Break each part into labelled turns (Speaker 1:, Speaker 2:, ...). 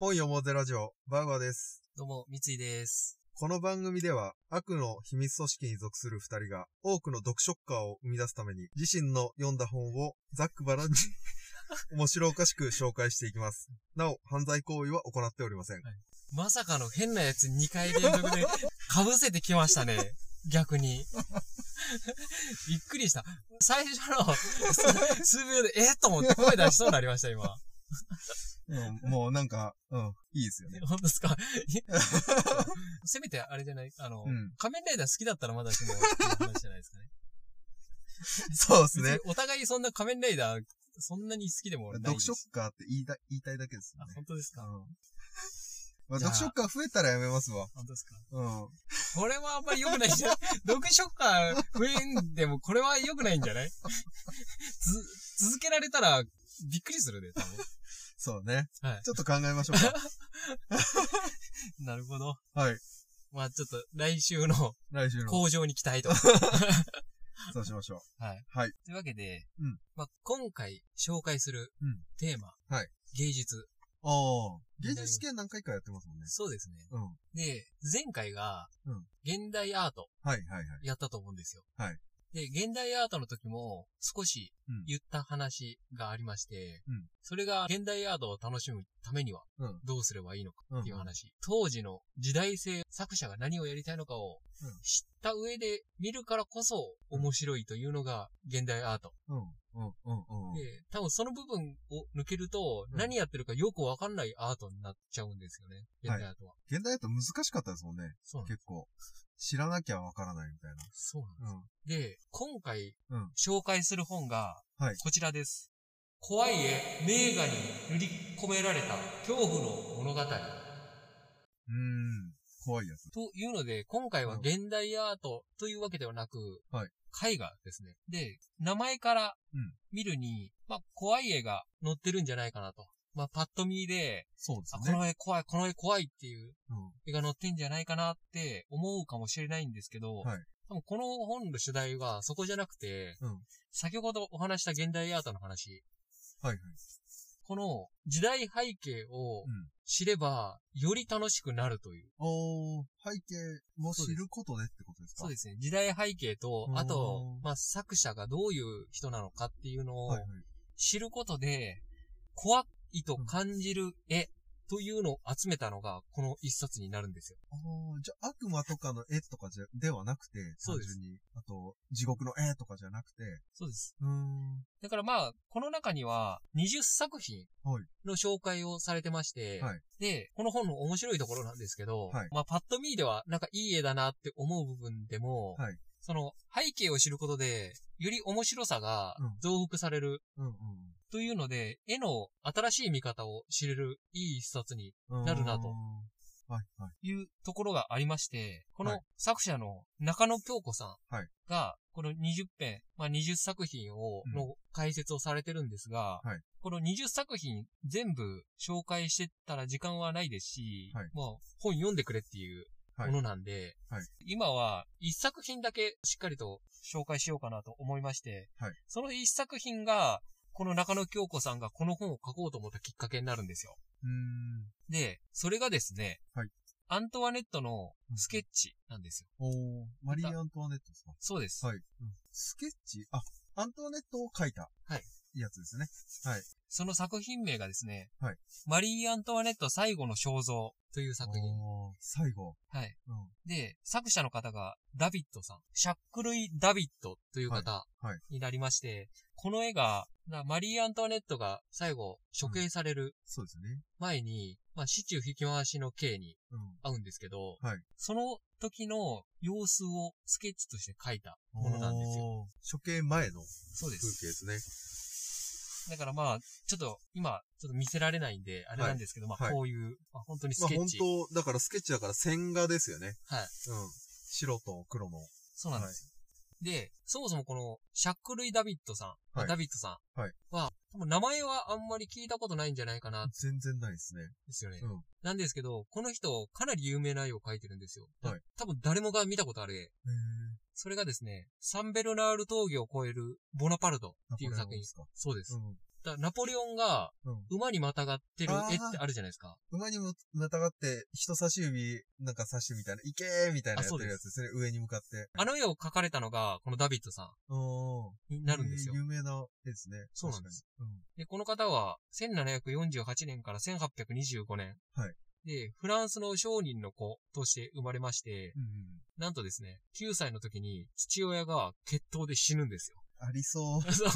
Speaker 1: モテラジオ、バウアーです。
Speaker 2: どうも、三井です。
Speaker 1: この番組では、悪の秘密組織に属する二人が、多くの読書カーを生み出すために、自身の読んだ本を、ざっくばらん に、面白おかしく紹介していきます。なお、犯罪行為は行っておりません。
Speaker 2: まさかの変なやつ2回連続で被せてきましたね。逆に。 びっくりした。最初のす数秒で、えっと思って声出しそうになりました、今。
Speaker 1: うん、もうなんか、うん、いいですよね。
Speaker 2: 本当ですか せめてあれじゃないあの、
Speaker 1: うん
Speaker 2: 仮面ライダー好きだったらまだしもっていう話じゃないですかね。
Speaker 1: そうですね。
Speaker 2: お互いそんな仮面ライダー、そんなに好きでもない
Speaker 1: 読
Speaker 2: です。
Speaker 1: 書カーって言いたい言いたいだけですよ
Speaker 2: あ、
Speaker 1: ね。
Speaker 2: 本当ですか
Speaker 1: うんまあ、
Speaker 2: じゃあ
Speaker 1: 読書カー増えたらやめますわ。
Speaker 2: 本当ですか
Speaker 1: うん。
Speaker 2: これはあんまり良くないんじゃ ない読書家増えんでもこれは良くないんじゃないつ、続けられたらびっくりするで、多分。
Speaker 1: そうね。
Speaker 2: はい。
Speaker 1: ちょっと考えましょう か。
Speaker 2: なるほど。
Speaker 1: はい。
Speaker 2: まあちょっと来週の
Speaker 1: 来週の。
Speaker 2: 向上に期待と。
Speaker 1: そうしましょう。
Speaker 2: はい。
Speaker 1: はい。
Speaker 2: というわけで、
Speaker 1: うん
Speaker 2: まあ今回紹介する
Speaker 1: うん
Speaker 2: テーマ、
Speaker 1: はい
Speaker 2: 芸術。
Speaker 1: ああ。芸術系何回かやってますもんね。
Speaker 2: そうですね。
Speaker 1: うん。
Speaker 2: で、前回が
Speaker 1: うん、
Speaker 2: 現代アート
Speaker 1: はいはいはい。
Speaker 2: やったと思うんですよ。
Speaker 1: はい。
Speaker 2: で、現代アートの時も少し
Speaker 1: うん
Speaker 2: 言った話がありまして、
Speaker 1: うん
Speaker 2: それが現代アートを楽しむためには
Speaker 1: うん
Speaker 2: どうすればいいのかっていう
Speaker 1: うんうん
Speaker 2: 話。当時の時代性、作者が何をやりたいのかを
Speaker 1: うん
Speaker 2: 知った上で見るからこそ面白いというのが現代アート。
Speaker 1: うん。うん。うん。うん。
Speaker 2: で、多分その部分を抜けると
Speaker 1: うん
Speaker 2: 何やってるかよくわかんないアートになっちゃうんですよね。現代アートは。
Speaker 1: 現代だと難しかったですもんね。
Speaker 2: そうなんです。
Speaker 1: 結構。知らなきゃわからないみたい
Speaker 2: そうなん
Speaker 1: な。うん。
Speaker 2: です。で、今回
Speaker 1: うん、
Speaker 2: 紹介する本が
Speaker 1: はい、
Speaker 2: こちらです。怖い絵、名画に塗り込められた恐怖の物語。
Speaker 1: うーん。怖いやつ。
Speaker 2: というので、今回は
Speaker 1: うん
Speaker 2: 現代アートというわけではなく、
Speaker 1: はい
Speaker 2: 絵画ですね。で、名前から
Speaker 1: うん
Speaker 2: 見るに、まあ、怖い絵が載ってるんじゃないかなと。まあ、パッと見で、
Speaker 1: そうです
Speaker 2: あ、こ
Speaker 1: ね。
Speaker 2: の絵怖い、この絵怖いっていう
Speaker 1: うん。
Speaker 2: 絵が載ってんじゃないかなって思うかもしれないんですけど、
Speaker 1: はい
Speaker 2: 多分この本の主題はそこじゃなくて、
Speaker 1: うん
Speaker 2: 先ほどお話した現代アートの話、
Speaker 1: はいはい。
Speaker 2: この時代背景を
Speaker 1: うん。
Speaker 2: 知ればより楽しくなるという。
Speaker 1: おー、背景も知ることでってことですか
Speaker 2: そう
Speaker 1: で
Speaker 2: ですね。時代背景と
Speaker 1: う、ん
Speaker 2: あと、まあ、作者がどういう人なのかっていうのを
Speaker 1: はいはい。
Speaker 2: 知ることで、怖いと感じる絵というのを集めたのがこの一冊になるんですよ。
Speaker 1: あーじゃあ悪魔とかの絵とかじゃ、ではなくて、
Speaker 2: そうで
Speaker 1: 単
Speaker 2: す
Speaker 1: 純に。あと、地獄の絵とかじゃなくて、
Speaker 2: そうです。
Speaker 1: うーん。
Speaker 2: だからまあ、この中には20作品
Speaker 1: はい
Speaker 2: の紹介をされてまして、
Speaker 1: はい
Speaker 2: で、この本の面白いところなんですけど、
Speaker 1: はい
Speaker 2: まあパッと見ではなんかいい絵だなって思う部分でも、
Speaker 1: はい
Speaker 2: その背景を知ることで、より面白さが
Speaker 1: うん
Speaker 2: 増幅される
Speaker 1: うんうん
Speaker 2: というので、絵の新しい見方を知れるいい一冊に
Speaker 1: うん。
Speaker 2: なるなと
Speaker 1: うーん。はいはい。
Speaker 2: いうところがありまして、こ
Speaker 1: は
Speaker 2: の
Speaker 1: い
Speaker 2: 作者の中野京子さ
Speaker 1: はい
Speaker 2: んが、この20編、まあ、20作品を、
Speaker 1: うん
Speaker 2: の解説をされてるんですが、
Speaker 1: はい
Speaker 2: この20作品全部紹介してったら時間はないですし、
Speaker 1: はい
Speaker 2: まあ、本読んでくれっていう
Speaker 1: は
Speaker 2: も
Speaker 1: い
Speaker 2: のなんで、
Speaker 1: はい
Speaker 2: 今は1作品だけしっかりと紹介しようかなと思いまして、
Speaker 1: はい
Speaker 2: その1作品が、この中野京子さんがこの本を書こうと思ったきっかけになるんですよ。
Speaker 1: うーん。
Speaker 2: で、それがですね、
Speaker 1: はい
Speaker 2: アントワネットのスケッチなんですよ。
Speaker 1: おー、マリー・アントワネットですか
Speaker 2: そうです。
Speaker 1: はい。スケッチ、あ、アントワネットを描いた。
Speaker 2: はい。
Speaker 1: やつですね。
Speaker 2: その作品名がですね、
Speaker 1: はい
Speaker 2: マリー・アントワネット最後の肖像という作品。
Speaker 1: おー最後。
Speaker 2: はい。
Speaker 1: うん。
Speaker 2: で、作者の方がダビットさん、シャックルイ・ダビットという方
Speaker 1: いはい
Speaker 2: になりまして、この絵が、なマリー・アントワネットが最後処刑される
Speaker 1: そうですね。
Speaker 2: 前に、まあ、市中引き回しの刑に
Speaker 1: うん。
Speaker 2: 合うんですけど、
Speaker 1: はい
Speaker 2: その時の様子をスケッチとして描いたものなんですよ。
Speaker 1: よ。処刑前の
Speaker 2: そうで
Speaker 1: 風
Speaker 2: す。
Speaker 1: 景ですね。
Speaker 2: だからまあ、ちょっと今、ちょっと見せられないんで、あれなんですけど、ま
Speaker 1: は
Speaker 2: あ
Speaker 1: い
Speaker 2: こういう、まあ、本当にス
Speaker 1: まあ
Speaker 2: ケッ
Speaker 1: 本
Speaker 2: チ。
Speaker 1: 当、だからスケッチだから線画ですよね。
Speaker 2: はい。
Speaker 1: うん。白と黒の。
Speaker 2: そうなんですよ。で、そもそもこの、シャックルイ・ダビットさん、
Speaker 1: はい
Speaker 2: ダビットさん
Speaker 1: はい
Speaker 2: は、多分名前はあんまり聞いたことないんじゃないかな、で
Speaker 1: 全然ないですね。
Speaker 2: すよね。
Speaker 1: うん
Speaker 2: なんですけど、この人、かなり有名な絵を描いてるんですよ。
Speaker 1: はい
Speaker 2: 多分誰もが見たことある絵。
Speaker 1: へ
Speaker 2: それがですね、サンベルナール峠を越えるボナパルト
Speaker 1: ー。
Speaker 2: っていう作品
Speaker 1: ナポレオンですか
Speaker 2: そうです。
Speaker 1: うん。
Speaker 2: だナポレオンが
Speaker 1: うん、
Speaker 2: 馬にまたがってる
Speaker 1: あー
Speaker 2: 絵ってあるじゃないですか。
Speaker 1: 馬にもまたがって、人差し指なんか刺してみたいな、いけーみたいなやってるやつですね。上に向かって。
Speaker 2: あの絵を描かれたのが、このダビッドさ
Speaker 1: うん。
Speaker 2: んになるんですよ
Speaker 1: えー。有名な絵ですね。
Speaker 2: そうなんです
Speaker 1: 確かに。
Speaker 2: で、この方は、1748年から1825年。
Speaker 1: はい
Speaker 2: で、フランスの商人の子として生まれまして、
Speaker 1: うん。うんうん
Speaker 2: なんとですね、9歳の時に父親が血統で死ぬんですよ。
Speaker 1: ありそう。
Speaker 2: そう、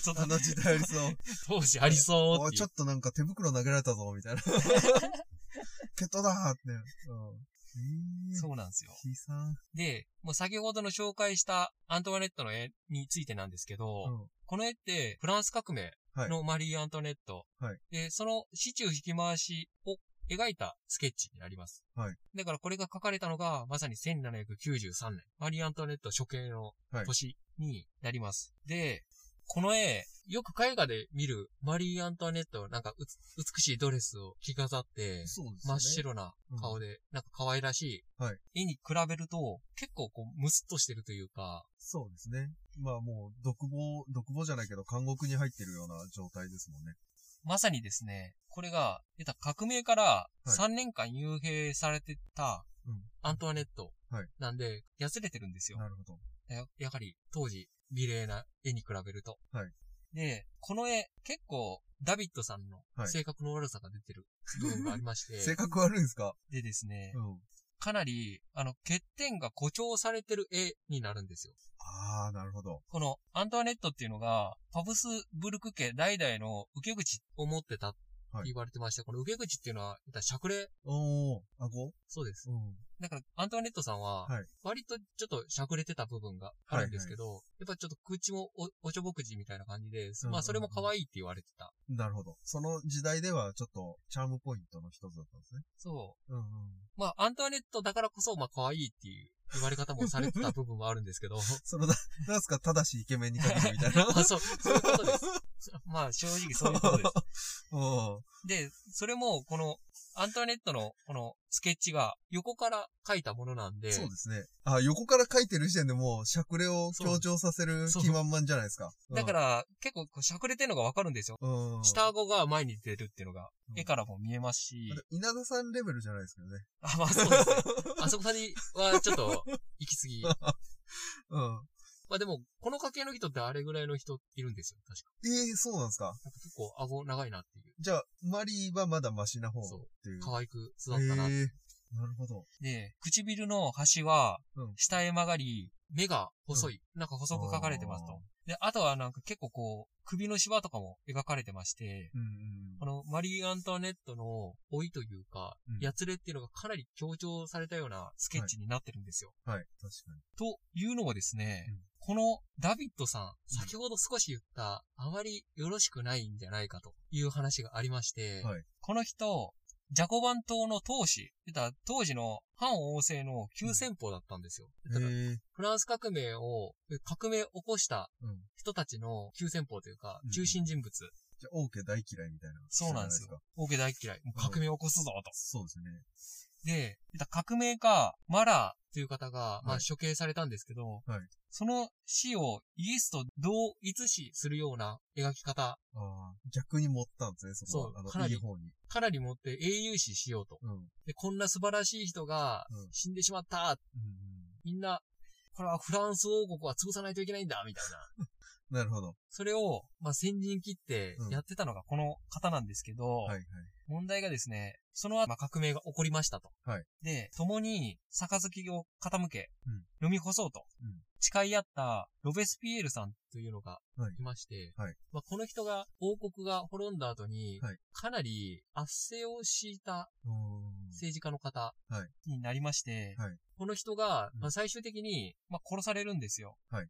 Speaker 2: そ
Speaker 1: あの時代あり そう。
Speaker 2: 当時ありそう
Speaker 1: お
Speaker 2: っ
Speaker 1: い
Speaker 2: てい
Speaker 1: ち
Speaker 2: う
Speaker 1: ょっとなんか手袋投げられたぞ、みたい な。ペットだーって。うん。えー、。
Speaker 2: そううなんですよ。
Speaker 1: 悲惨。
Speaker 2: で、もう先ほどの紹介したアントワネットの絵についてなんですけど、
Speaker 1: うん
Speaker 2: この絵ってフランス革命のマリー・アントネット。
Speaker 1: はい
Speaker 2: で、その市中引き回しを描いたスケッチになります。
Speaker 1: はい
Speaker 2: だからこれが描かれたのがまさに1793年、マリー・アントネット処刑の年になります。で、この絵、よく絵画で見るマリー・アントワネット、なんかうつ美しいドレスを着飾って、
Speaker 1: そうですね。
Speaker 2: 真っ。白な顔で、なんか可愛らしい、
Speaker 1: はい
Speaker 2: 絵に比べると、結構こう、ムスッとしてるというか、
Speaker 1: そうですね。まあもう、独房、独房じゃないけど、監獄に入ってるような状態ですもんね。
Speaker 2: まさにですね、これが、出た革命から
Speaker 1: い
Speaker 2: 3年間幽閉されてた
Speaker 1: うん、
Speaker 2: アントワネット
Speaker 1: はい
Speaker 2: なんで、やつれてるんですよ。
Speaker 1: なるほど。
Speaker 2: ややはり、当時、美麗な絵に比べると。
Speaker 1: はい
Speaker 2: で、この絵、結構、ダビッドさんの
Speaker 1: はい
Speaker 2: 性格の悪さが出てる部分がありまして、
Speaker 1: 性格悪いんですか
Speaker 2: でですね
Speaker 1: う、ん。
Speaker 2: かなり、あの、欠点が誇張されてる絵になるんですよ。
Speaker 1: あー、なるほど。
Speaker 2: このアントワネットっていうのが、パブスブルク家代々の受け口を持ってたって言われてまして、この受け口っていうのは、釈礼
Speaker 1: おー、顎
Speaker 2: そうです。
Speaker 1: うん。
Speaker 2: だから、アントワネットさんは
Speaker 1: はい、
Speaker 2: 割とちょっと釈れてた部分があるんですけど、やっぱちょっと口もおおちょぼ口みたいな感じで、
Speaker 1: うんうん
Speaker 2: まあそれも可愛いって言われてた。
Speaker 1: なるほど。その時代では、ちょっと、チャームポイントの一つだったんですね。
Speaker 2: そ
Speaker 1: うんうん。
Speaker 2: う。まあアントワネットだからこそ、まあ可愛いっていう言われ方もされてた部分もあるんですけど、
Speaker 1: その、な、なんすか、ただしイケメンに限 るみたいな。
Speaker 2: まあそう、そういうこ とです。まあ正直そういうことです。
Speaker 1: うん。
Speaker 2: で、それも、この、アントワネットの、この、スケッチが、横から描いたものなんで、
Speaker 1: そうですね。あ、横から書いてる時点でもう、しゃくれを強調させる
Speaker 2: そう
Speaker 1: 気満々じゃないですか。
Speaker 2: だから、結構、こう、しゃくれてるのがわかるんですよ。
Speaker 1: うん、うん。
Speaker 2: 下顎が前に出てるっていうのが、
Speaker 1: うん
Speaker 2: 絵からも見えますし、
Speaker 1: 稲田さんレベルじゃないですけどね。
Speaker 2: あ、まあそうですね。 あそこまでは、ちょっと、行き過ぎ。ま
Speaker 1: うん。
Speaker 2: あでも、この家系の人ってあれぐらいの人いるんですよ、確か。
Speaker 1: ええそうなんですか。
Speaker 2: なんか結構、顎長いなっていう。
Speaker 1: じゃあ、マリーはまだマシな方
Speaker 2: そう
Speaker 1: っていう。
Speaker 2: 可愛く育ったな。
Speaker 1: ええなるほど。
Speaker 2: で、唇の端は
Speaker 1: うん、
Speaker 2: 下へ曲がり、目が細い。なんか細く描かれてますと。で、あとはなんか結構こう、首のシワとかも描かれてまして、
Speaker 1: うん
Speaker 2: このマリー・アントワネットの老いというか、
Speaker 1: うん。
Speaker 2: やつれっていうのがかなり強調されたようなスケッチになってるんですよ。
Speaker 1: はい、確かに。
Speaker 2: というのはですね、
Speaker 1: うん
Speaker 2: このダビッドさん、
Speaker 1: うん
Speaker 2: 先ほど少し言った、あまりよろしくないんじゃないかという話がありまして、
Speaker 1: はい
Speaker 2: この人、ジャコバン島の当主、言ったら当時の反王政の急先鋒だったんですよ。だから
Speaker 1: ええ
Speaker 2: フランス革命を、革命を起こした
Speaker 1: うん。
Speaker 2: 人たちの急先鋒というか
Speaker 1: う、ん
Speaker 2: 中心人物。
Speaker 1: じゃあ、王家大嫌いみたいな。
Speaker 2: そうなんです
Speaker 1: じゃ
Speaker 2: よ
Speaker 1: いか。。
Speaker 2: 王家大嫌い。もう革命を起こすぞと。
Speaker 1: そうですね。
Speaker 2: で、言ったら革命家、マラーという方が、まあ
Speaker 1: はい
Speaker 2: 処刑されたんですけど、
Speaker 1: はい
Speaker 2: その死をイエスと同一視するような描き方、
Speaker 1: ああ、逆に持ったんですね、そこは。
Speaker 2: そう
Speaker 1: あの
Speaker 2: かなり
Speaker 1: いい方に。
Speaker 2: かなり持って英雄視しようと。
Speaker 1: うん。うん
Speaker 2: で、こんな素晴らしい人が
Speaker 1: うん
Speaker 2: 死んでしまった。
Speaker 1: うん。
Speaker 2: みんな、これはフランス王国は潰さないといけないんだ、みたいな。
Speaker 1: なるほど。
Speaker 2: それを、まあ、先陣切って
Speaker 1: うん
Speaker 2: やってたのがこの方なんですけど、
Speaker 1: はいはい。
Speaker 2: 問題がですね、その後、まあ、革命が起こりましたと。
Speaker 1: はい
Speaker 2: で、共に、杯を傾け、
Speaker 1: うん
Speaker 2: 飲み干そうと、
Speaker 1: うん
Speaker 2: 誓い合った、ロベスピエールさんというのが
Speaker 1: はい
Speaker 2: いまして、
Speaker 1: はい
Speaker 2: まあ、この人が、王国が滅んだ後に、
Speaker 1: はい
Speaker 2: かなり圧政を敷いた
Speaker 1: うーん。
Speaker 2: 政治家の方
Speaker 1: は
Speaker 2: になりまして、
Speaker 1: はい
Speaker 2: この人が、
Speaker 1: うん
Speaker 2: まあ、最終的に、まあ、殺されるんですよ。
Speaker 1: はい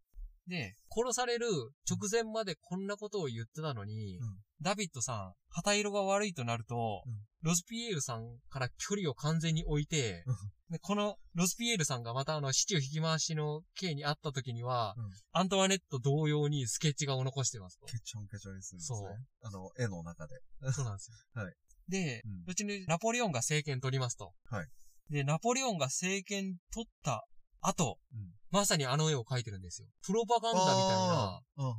Speaker 2: で、殺される直前までこんなことを言ってたのに、
Speaker 1: うん
Speaker 2: ダビッドさん、旗色が悪いとなると、
Speaker 1: うん
Speaker 2: ロスピエールさんから距離を完全に置いて
Speaker 1: うん、
Speaker 2: でこのロスピエールさんがまたあの、市中引き回しの刑にあった時には、
Speaker 1: うん
Speaker 2: アントワネット同様にスケッチ画を残してますと。
Speaker 1: ケチョンケチョンにするんですね。
Speaker 2: そう
Speaker 1: あの、絵の中で。
Speaker 2: そうなんですよ。
Speaker 1: はい
Speaker 2: で、
Speaker 1: うん
Speaker 2: うちにナポレオンが政権取りますと。
Speaker 1: はい
Speaker 2: で、ナポレオンが政権取った後、
Speaker 1: うん
Speaker 2: まさにあの絵を描いてるんですよ。プロパガンダみたいな、
Speaker 1: あーうんうんう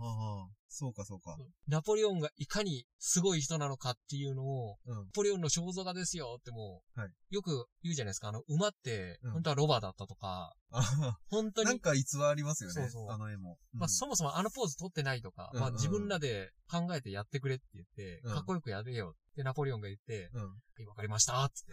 Speaker 1: ん。そうかそうか。
Speaker 2: ナポレオンがいかにすごい人なのかっていうのを、
Speaker 1: うん
Speaker 2: ナ。ポレオンの肖像画ですよってもう、
Speaker 1: はい
Speaker 2: よく言うじゃないですか。あの、馬って
Speaker 1: うん、
Speaker 2: 本当はロバだったとか、
Speaker 1: あは
Speaker 2: 本当
Speaker 1: は
Speaker 2: に
Speaker 1: なん、か逸話ありますよね。
Speaker 2: そうそう
Speaker 1: あの絵も。うん
Speaker 2: まあ、そもそもあのポーズ取ってないとか、
Speaker 1: うん
Speaker 2: まあ
Speaker 1: うん
Speaker 2: 自分らで考えてやってくれって言って、
Speaker 1: うん
Speaker 2: かっこよくやれよってナポレオンが言って、
Speaker 1: うん。
Speaker 2: はい、わかりましたっつって。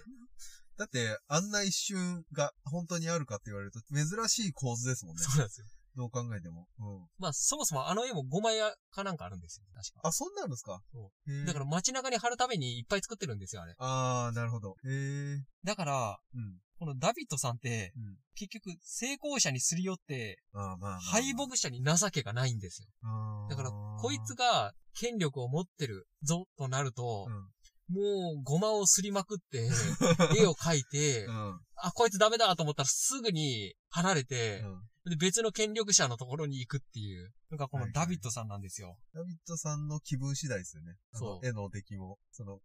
Speaker 1: だって、あんな一瞬が本当にあるかって言われると、珍しい構図ですもんね。
Speaker 2: そうなんですよ。
Speaker 1: どう考えても。うん。
Speaker 2: まあそもそもあの絵も5枚かなんかあるんですよ、確か。
Speaker 1: あ、そんなんですか
Speaker 2: そ
Speaker 1: へー
Speaker 2: だから街中に貼るためにいっぱい作ってるんですよ、あれ。
Speaker 1: あー、なるほど。へえ。
Speaker 2: だから、
Speaker 1: うん。
Speaker 2: このダビッドさんって、
Speaker 1: うん。
Speaker 2: 結局成功者にすり寄って、
Speaker 1: あーまあまあまあ。
Speaker 2: 敗北者に情けがないんですよ。
Speaker 1: あー。
Speaker 2: だからこいつが権力を持ってるぞとなると
Speaker 1: う、ん。
Speaker 2: もうゴマをすりまく って、絵を描いて
Speaker 1: う、ん。
Speaker 2: あ、こいつダメだと思ったらすぐに離れて、
Speaker 1: うん
Speaker 2: で別の権力者のところに行くっていう、なんかこ
Speaker 1: は
Speaker 2: の
Speaker 1: いはい
Speaker 2: ダビッドさんなんですよ。
Speaker 1: ダビッドさんの気分次第ですよね。あの
Speaker 2: そう
Speaker 1: 絵の出来も。その、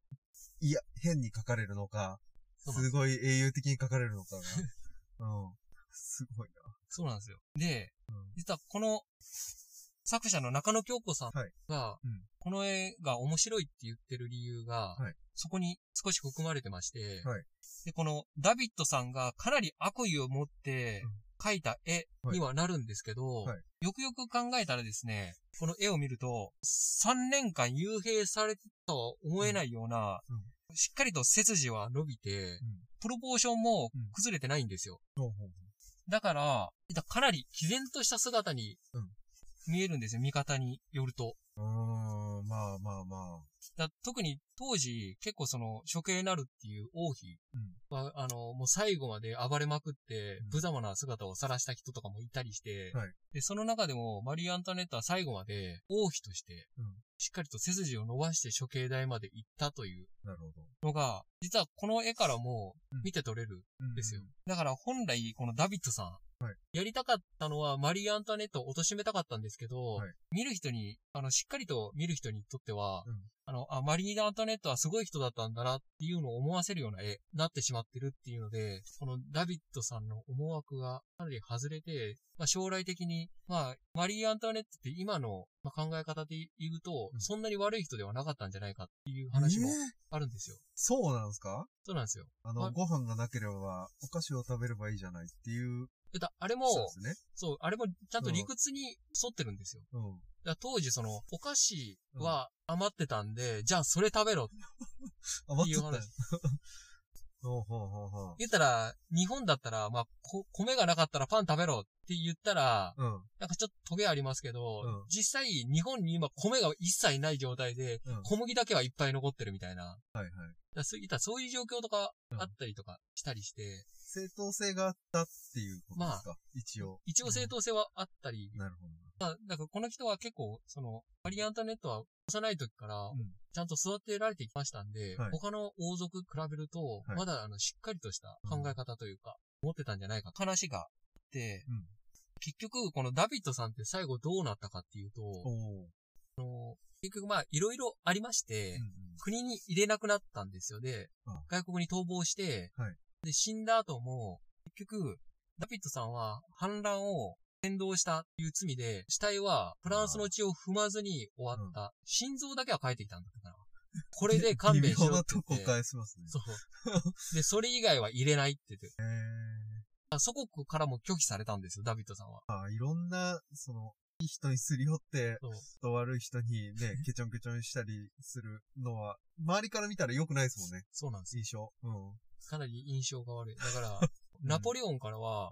Speaker 1: いや、変に描かれるのか、
Speaker 2: そうなん
Speaker 1: すごい英雄的に描かれるのかが。うん。すごい
Speaker 2: そうなんですよ。で、実はこの作者の中野京子さん
Speaker 1: はい
Speaker 2: が、
Speaker 1: うん
Speaker 2: この絵が面白いって言ってる理由が、
Speaker 1: はい
Speaker 2: そこに少し含まれてまして、
Speaker 1: はい
Speaker 2: で、このダビッドさんがかなり悪意を持って
Speaker 1: うん
Speaker 2: 描いた絵にはなるんですけど、
Speaker 1: はい
Speaker 2: よくよく考えたらですね、この絵を見ると、3年間幽閉されたとは思えないような、
Speaker 1: うん
Speaker 2: しっかりと背筋は伸びて、
Speaker 1: うん
Speaker 2: プロポーションも崩れてないんですよ。
Speaker 1: な。ほうほう
Speaker 2: だから、かなり毅然とした姿に
Speaker 1: うん
Speaker 2: 見えるんですよ、味方によると。
Speaker 1: ほう。うーん、まあまあまあ。
Speaker 2: だ特に当時、結構その、処刑なるっていう王妃は、あの、もう最後まで暴れまくって
Speaker 1: うん、
Speaker 2: 無様な姿を晒した人とかもいたりして、
Speaker 1: はい
Speaker 2: で、その中でも、マリー・アントワネットは最後まで王妃として
Speaker 1: うん、
Speaker 2: しっかりと背筋を伸ばして処刑台まで行ったという
Speaker 1: なるほど。
Speaker 2: のが、実はこの絵からも見て取れる
Speaker 1: うん
Speaker 2: ですよ。。だから本来、このダビッドさん、
Speaker 1: はい
Speaker 2: やりたかったのはマリー・アントワネットを貶めたかったんですけど、
Speaker 1: はい
Speaker 2: 見る人に、あの、しっかりと見る人にとっては、
Speaker 1: うん
Speaker 2: あの、あ、マリー・アントワネットはすごい人だったんだなっていうのを思わせるような絵になってしまってるっていうので、このダビッドさんの思惑がかなり外れて、まあ、将来的に、まあ、マリー・アントワネットって今の、まあ、考え方で言うと、
Speaker 1: うん
Speaker 2: そんなに悪い人ではなかったんじゃないかっていう話も
Speaker 1: えー
Speaker 2: あるんですよ。
Speaker 1: そうなんですか
Speaker 2: そうなんですよ。
Speaker 1: あの、
Speaker 2: はい
Speaker 1: ご飯がなければ、お菓子を食べればいいじゃないっていう
Speaker 2: だからあれも、
Speaker 1: 人ですね。
Speaker 2: そう、あれもちゃんと理屈に沿ってるんですよ。
Speaker 1: うん。
Speaker 2: だから当時その、お菓子は余ってたんで、じゃあそれ食べろって
Speaker 1: あ、待
Speaker 2: い
Speaker 1: っ
Speaker 2: う
Speaker 1: てたよ
Speaker 2: 話。。
Speaker 1: ほうほうほうほう。
Speaker 2: 言ったら、日本だったら、まあ、こ米がなかったらパン食べろって言ったら、
Speaker 1: うん。
Speaker 2: なんかちょっとトゲありますけど、
Speaker 1: うん
Speaker 2: 実際日本に今米が一切ない状態で、
Speaker 1: うん。
Speaker 2: 小麦だけはいっぱい残ってるみたいな。だか
Speaker 1: はいはい。
Speaker 2: らそういったそういう状況とかあったりとかしたりして、
Speaker 1: 正当性があったっていうことですか一応。
Speaker 2: 一応正当性はあったり、
Speaker 1: なるほど。
Speaker 2: まあ、だからこの人は結構、その、マリー・アンタネットは幼い時から
Speaker 1: うん、
Speaker 2: ちゃんと育てられてきましたんで、
Speaker 1: はい
Speaker 2: 他の王族比べると、
Speaker 1: はい
Speaker 2: まだあの、しっかりとした考え方というか、持ってたんじゃないか、話があって、
Speaker 1: うん
Speaker 2: 結局、このダビッドさんって最後どうなったかっていうと、
Speaker 1: おー。
Speaker 2: あの結局まあ、いろいろありまして、
Speaker 1: うん
Speaker 2: 国に入れなくなったんですよ。で
Speaker 1: あ、
Speaker 2: 外国に逃亡して、
Speaker 1: はい
Speaker 2: で、死んだ後も、結局、ダビッドさんは反乱を扇動したという罪で、死体はフランスの血を踏まずに終わった。心臓だけは帰ってきたんだったかな。これで勘弁し
Speaker 1: 微
Speaker 2: ろ
Speaker 1: 妙な
Speaker 2: って
Speaker 1: とこ
Speaker 2: 言って。
Speaker 1: 返しますね。
Speaker 2: そう。で、それ以外は入れないって言って。
Speaker 1: へー
Speaker 2: あ祖国からも拒否されたんですよ、ダビッドさんは。
Speaker 1: まあ、いろんな、その、いい人にすり寄って、
Speaker 2: そう
Speaker 1: と悪い人に ね、ケチョンケチョンしたりするのは、周りから見たら良くないですもんね。
Speaker 2: そうなんですよ。
Speaker 1: 印象。うん。うん。
Speaker 2: かなり印象が悪い。だから、ナポレオンからは、あ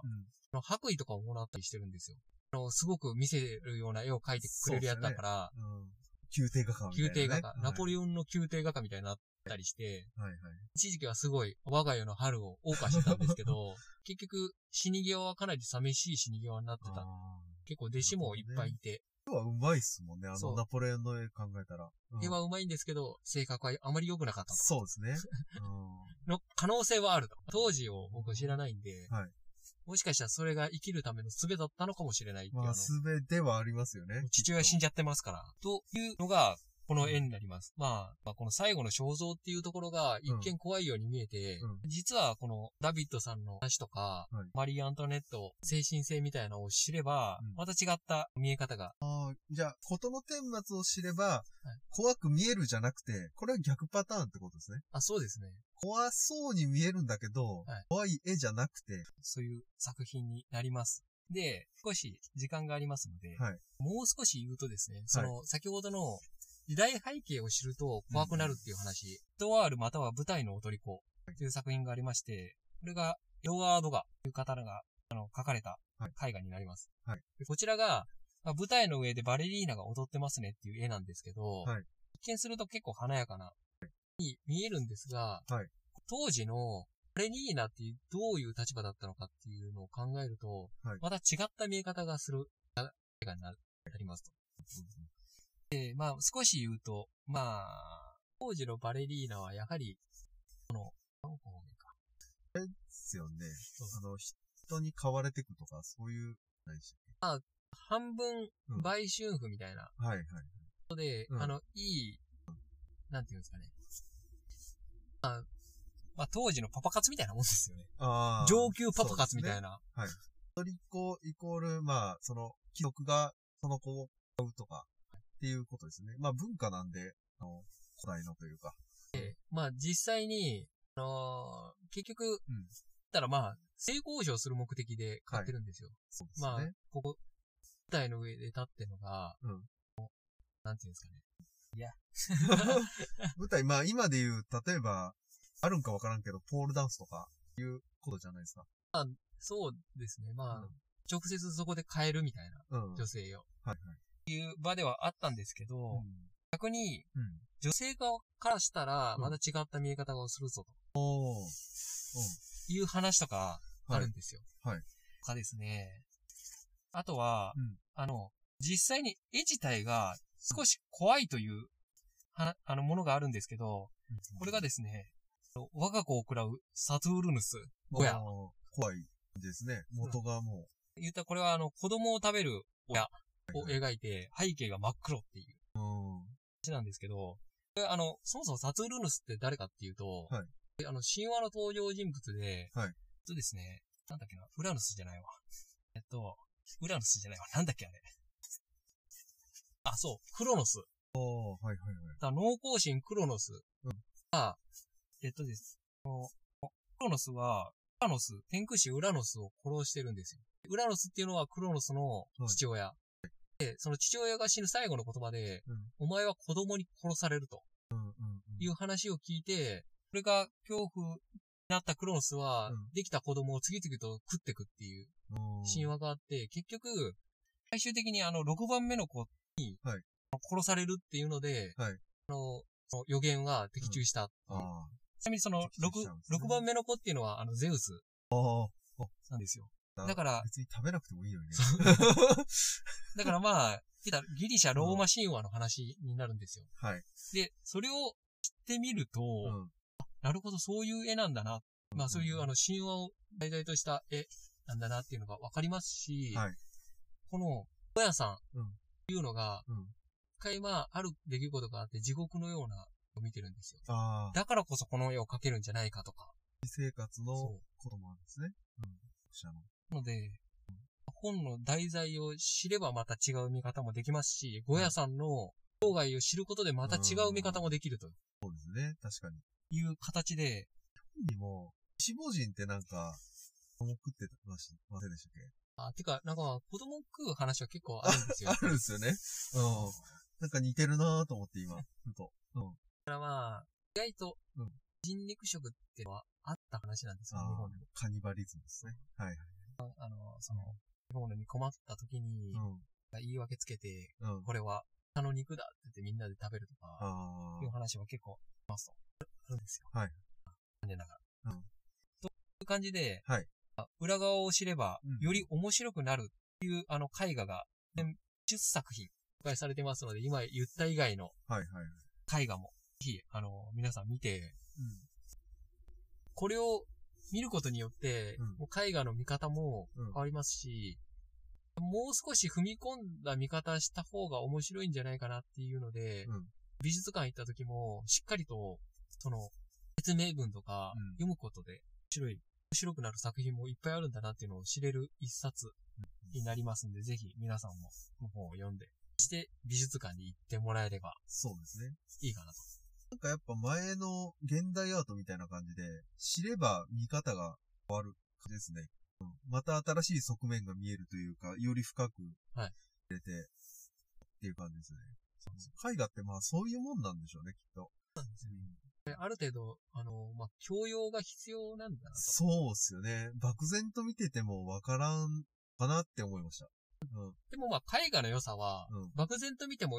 Speaker 2: の白衣とかをもらったりしてるんですよ。あの、すごく見せるような絵を描いてくれるやつだから、
Speaker 1: うん。宮廷画家みたい
Speaker 2: 宮
Speaker 1: な、ね。
Speaker 2: 廷画家、ナポ
Speaker 1: リ
Speaker 2: レオンの宮廷画家みたいになったりして、
Speaker 1: はいはい。
Speaker 2: 一時期はすごい我が世の春を謳歌してたんです けど、結局死に際はかなり寂しい死に際になってた。
Speaker 1: あー
Speaker 2: 結構弟子もいっぱいいて、
Speaker 1: 今日はうまいっすもんね。あ
Speaker 2: そ
Speaker 1: の、
Speaker 2: う
Speaker 1: ナポレオンの絵考えたら。うん
Speaker 2: 絵は上手いんですけど、性格はあまり良くなかったと
Speaker 1: そうです ね。
Speaker 2: の可能性はあると。当時を僕知らないんで、
Speaker 1: はい
Speaker 2: もしかしたらそれが生きるための術だったのかもしれないって
Speaker 1: うん。
Speaker 2: い
Speaker 1: ま
Speaker 2: うの
Speaker 1: あ、すべてはありますよね。
Speaker 2: 父親死んじゃってますから。というのが、この絵になります。まあ、まあ、この最後の肖像っていうところが一見怖いように見えて、
Speaker 1: うん
Speaker 2: 実はこのダビッドさんの話とか、
Speaker 1: はい
Speaker 2: マリー・アントワネット、精神性みたいなのを知れば、
Speaker 1: うん
Speaker 2: また違った見え方が、
Speaker 1: ああ、じゃあ、事の顛末を知れば
Speaker 2: い、
Speaker 1: 怖く見えるじゃなくて、これは逆パターンってことですね。
Speaker 2: あ、そうですね。
Speaker 1: 怖そうに見えるんだけど、
Speaker 2: はい
Speaker 1: 怖い絵じゃなくて、
Speaker 2: そういう作品になります。で、少し時間がありますので、
Speaker 1: はい
Speaker 2: もう少し言うとですね、その、先ほどの時代背景を知ると怖くなるっていう話、ドワールまたは舞台の踊り子という作品がありまして、これが、エドワードガという方が、あの、書かれた
Speaker 1: はい
Speaker 2: 絵画になります。
Speaker 1: はい
Speaker 2: でこちらが、まあ舞台の上でバレリーナが踊ってますねっていう絵なんですけど、
Speaker 1: はい
Speaker 2: 一見すると結構華やかな、に見えるんですが、
Speaker 1: はい
Speaker 2: 当時のバレリーナっていうどういう立場だったのかっていうのを考えると、
Speaker 1: はい
Speaker 2: また違った見え方がする映画になるなりますと。で、まあ少し言うと、まあ、当時のバレリーナはやはり、この、何個もね
Speaker 1: ですよね。
Speaker 2: う
Speaker 1: あの、人に買われてくとか、そういう、何でしたっ
Speaker 2: 半分
Speaker 1: うん、
Speaker 2: 売春婦みたいな
Speaker 1: けはいはい。
Speaker 2: ことで、
Speaker 1: うん
Speaker 2: あの、いい、なんていうんですかね。まあ、まあ、当時のパパ活みたいなもんですよね。
Speaker 1: ああ。
Speaker 2: 上級パパ活み
Speaker 1: そうですね
Speaker 2: たいな。
Speaker 1: 一人っ子イコール、まあ、その、貴族がその子を買うとか、っていうことですね。まあ、文化なんで、あの、古代のというか。
Speaker 2: まあ、実際に、あのー結局、
Speaker 1: うん
Speaker 2: 言ったらまあ、性交渉する目的で買ってるんですよ。
Speaker 1: そうですね。
Speaker 2: まあ、ここ、舞台の上で立ってるのが、
Speaker 1: うん
Speaker 2: なんていうんですかね。
Speaker 1: 舞台、まあ、今で言う、例えば、あるんかわからんけど、ポールダンスとか、いうことじゃないですか。
Speaker 2: そうですね。まあ、
Speaker 1: うん
Speaker 2: 直接そこで買えるみたいな、
Speaker 1: うん。はい
Speaker 2: 女性を。
Speaker 1: はい。
Speaker 2: いう場ではあったんですけど、
Speaker 1: う
Speaker 2: 逆に、
Speaker 1: ん。うん。
Speaker 2: 女性側からしたら、
Speaker 1: うん
Speaker 2: また違った見え方をするぞ、と
Speaker 1: おー。
Speaker 2: いう話とか、
Speaker 1: うん。
Speaker 2: あ
Speaker 1: はい
Speaker 2: るん。ですよ。
Speaker 1: はい。
Speaker 2: とかですね。あとは、
Speaker 1: うん
Speaker 2: あの、実際に絵自体が少し怖いという、はあの、ものがあるんですけど、これがですね、我が子を食らうサトゥールヌス。親
Speaker 1: あー怖いですね。元がも
Speaker 2: 言ったらこれはあの、子供を食べる親
Speaker 1: う。
Speaker 2: を描いて、背景が真っ黒ってい
Speaker 1: う
Speaker 2: う
Speaker 1: ん。
Speaker 2: 話なんですけど、これあの、そもそもサトゥールヌスって誰かっていうと、
Speaker 1: はい
Speaker 2: であの、神話の登場人物で、
Speaker 1: はい
Speaker 2: えっとですね、なんだっけな、ウラヌスじゃないわ。えっと、ウラヌスじゃないわ。なんだっけあれ。あ、そう、クロノス。
Speaker 1: おー、はいはいはい。
Speaker 2: だ脳更神クロノス
Speaker 1: うん
Speaker 2: が、えっとです、このクロノスは、ウラノス、天空使ウラノスを殺してるんですよ。ウラノスっていうのはクロノスの父親。で、その父親が死ぬ最後の言葉で、
Speaker 1: うん
Speaker 2: お前は子供に殺されると
Speaker 1: うんうんうん。
Speaker 2: いう話を聞いて、それが恐怖になったクロノスは、
Speaker 1: うん
Speaker 2: できた子供を次々と食ってくっていう
Speaker 1: うん
Speaker 2: 神話があって、結局、最終的にあの、6番目の子に、
Speaker 1: はい
Speaker 2: 殺されるっていうので、
Speaker 1: はい
Speaker 2: あの、その予言は的中した。
Speaker 1: あ
Speaker 2: ちなみにその
Speaker 1: 的中し
Speaker 2: 6,
Speaker 1: たんですね
Speaker 2: 6番目の子っていうのは、あの、ゼウス
Speaker 1: あ。ああ。
Speaker 2: なんですよ。
Speaker 1: な
Speaker 2: だから、
Speaker 1: 別に食べなくてもいいのにね。
Speaker 2: だからまあ、ギリシャ、ローマ神話の話になるんですよ。
Speaker 1: はい。
Speaker 2: で、それを知ってみると、
Speaker 1: うん。
Speaker 2: なるほど、そういう絵なんだな。まあそういう
Speaker 1: うん
Speaker 2: あの神話を題材とした絵なんだなっていうのがわかりますし、
Speaker 1: はい
Speaker 2: この、小屋さん
Speaker 1: うん
Speaker 2: っていうのが、
Speaker 1: うん
Speaker 2: 一回まあある出来事があって地獄のようなのを見てるんですよ。
Speaker 1: ああ。
Speaker 2: だからこそこの絵を描けるんじゃないかとか。
Speaker 1: 生活の
Speaker 2: そ
Speaker 1: こともあるんですね。うん。読者の。
Speaker 2: う。ので、本の題材を知ればまた違う見方もできますし、小屋さんの生涯を知ることでまた違う見方もできると
Speaker 1: そうですね。確かに。
Speaker 2: いう形で、
Speaker 1: にも、死亡人ってなんか、思食ってましませんでしたっけ
Speaker 2: あ、てか、なんかまあ子供食う話は結構あるんですよ。
Speaker 1: あるんですよね。うん。なんか似てるなぁと思って今、ふと。うん。
Speaker 2: だからまあ、意外と
Speaker 1: うん、
Speaker 2: 人肉食ってのはあった話なんですよ、日
Speaker 1: ああ
Speaker 2: 本で。、
Speaker 1: カニバリズムですね。はい。
Speaker 2: あの、その、日本に困った時に、
Speaker 1: う
Speaker 2: 言い訳つけて、
Speaker 1: ん。うん。
Speaker 2: これは、他の肉だって言ってみんなで食べるとか、
Speaker 1: あ
Speaker 2: いう話も結構、ますと。あるんですよ。
Speaker 1: はい。
Speaker 2: 残念ながら。
Speaker 1: うん
Speaker 2: という感じで、
Speaker 1: はい
Speaker 2: あ裏側を知れば
Speaker 1: うん、
Speaker 2: より面白くなるっていう、あの、絵画が、10作品、紹介されてますので、今言った以外の
Speaker 1: あ。はいはいはい。
Speaker 2: 絵画も、ぜひ、あの、皆さん見て、これを見ることによって、
Speaker 1: うん
Speaker 2: もう絵画の見方も
Speaker 1: うん
Speaker 2: 変わりますし、もう少し踏み込んだ見方した方が面白いんじゃないかなっていうので、
Speaker 1: うん
Speaker 2: 美術館行った時も、しっかりと、その、説明文とか
Speaker 1: うん
Speaker 2: 読むことで、白い、白くなる作品もいっぱいあるんだなっていうのを知れる一冊になりますんで、ぜひ皆さんもこの本を読んで、して美術館に行ってもらえれば
Speaker 1: そうですね。
Speaker 2: いいかなと。
Speaker 1: なんかやっぱ前の現代アートみたいな感じで、知れば見方が変わる感じですね。うんまた新しい側面が見えるというか、より深く
Speaker 2: はい
Speaker 1: 入れて、っていう感じですね。絵画ってまあそういうもんなんでしょうね、きっと。
Speaker 2: である程度、あの、まあ、教養が必要なんだなと。
Speaker 1: そうっすよね。漠然と見ててもわからんかなって思いました。うん。
Speaker 2: でもまあ、絵画の良さは、
Speaker 1: うん
Speaker 2: 漠然と見ても、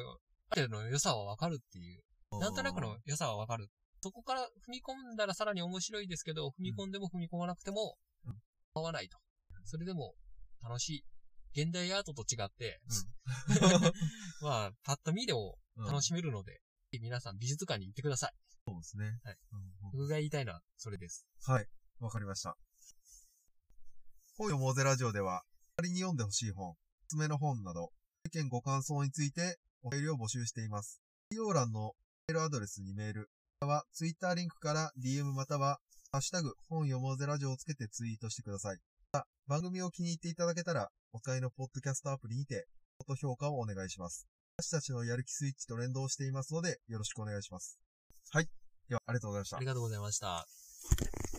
Speaker 2: ある程度の良さはわかるっていう、なんとなくの良さはわかる。そこから踏み込んだらさらに面白いですけど、踏み込んでも踏み込まなくても
Speaker 1: うん、
Speaker 2: 合わないと。それでも、楽しい。現代アートと違って、 まあ、パッと見でも楽
Speaker 1: い。
Speaker 2: しめるので、皆さん美術館に行ってください。
Speaker 1: そうですね。
Speaker 2: はい
Speaker 1: うん
Speaker 2: 僕が言いたいのはそれです。
Speaker 1: はい。わかりました。本よモーゼラジオでは、仮に読んでほしい本、おすすめの本など、意見ご感想についてお便りを募集しています。概要欄のメールアドレスにメール、またはツイッターリンクから DM または、ハッシュタグ、本よモーゼラジオをつけてツイートしてください。また、番組を気に入っていただけたら、お使いのポッドキャストアプリにて、高評価をお願いします。私たちのやる気スイッチと連動していますので、よろしくお願いします。はい。では、ありがとうございました
Speaker 2: あり。がとうございました。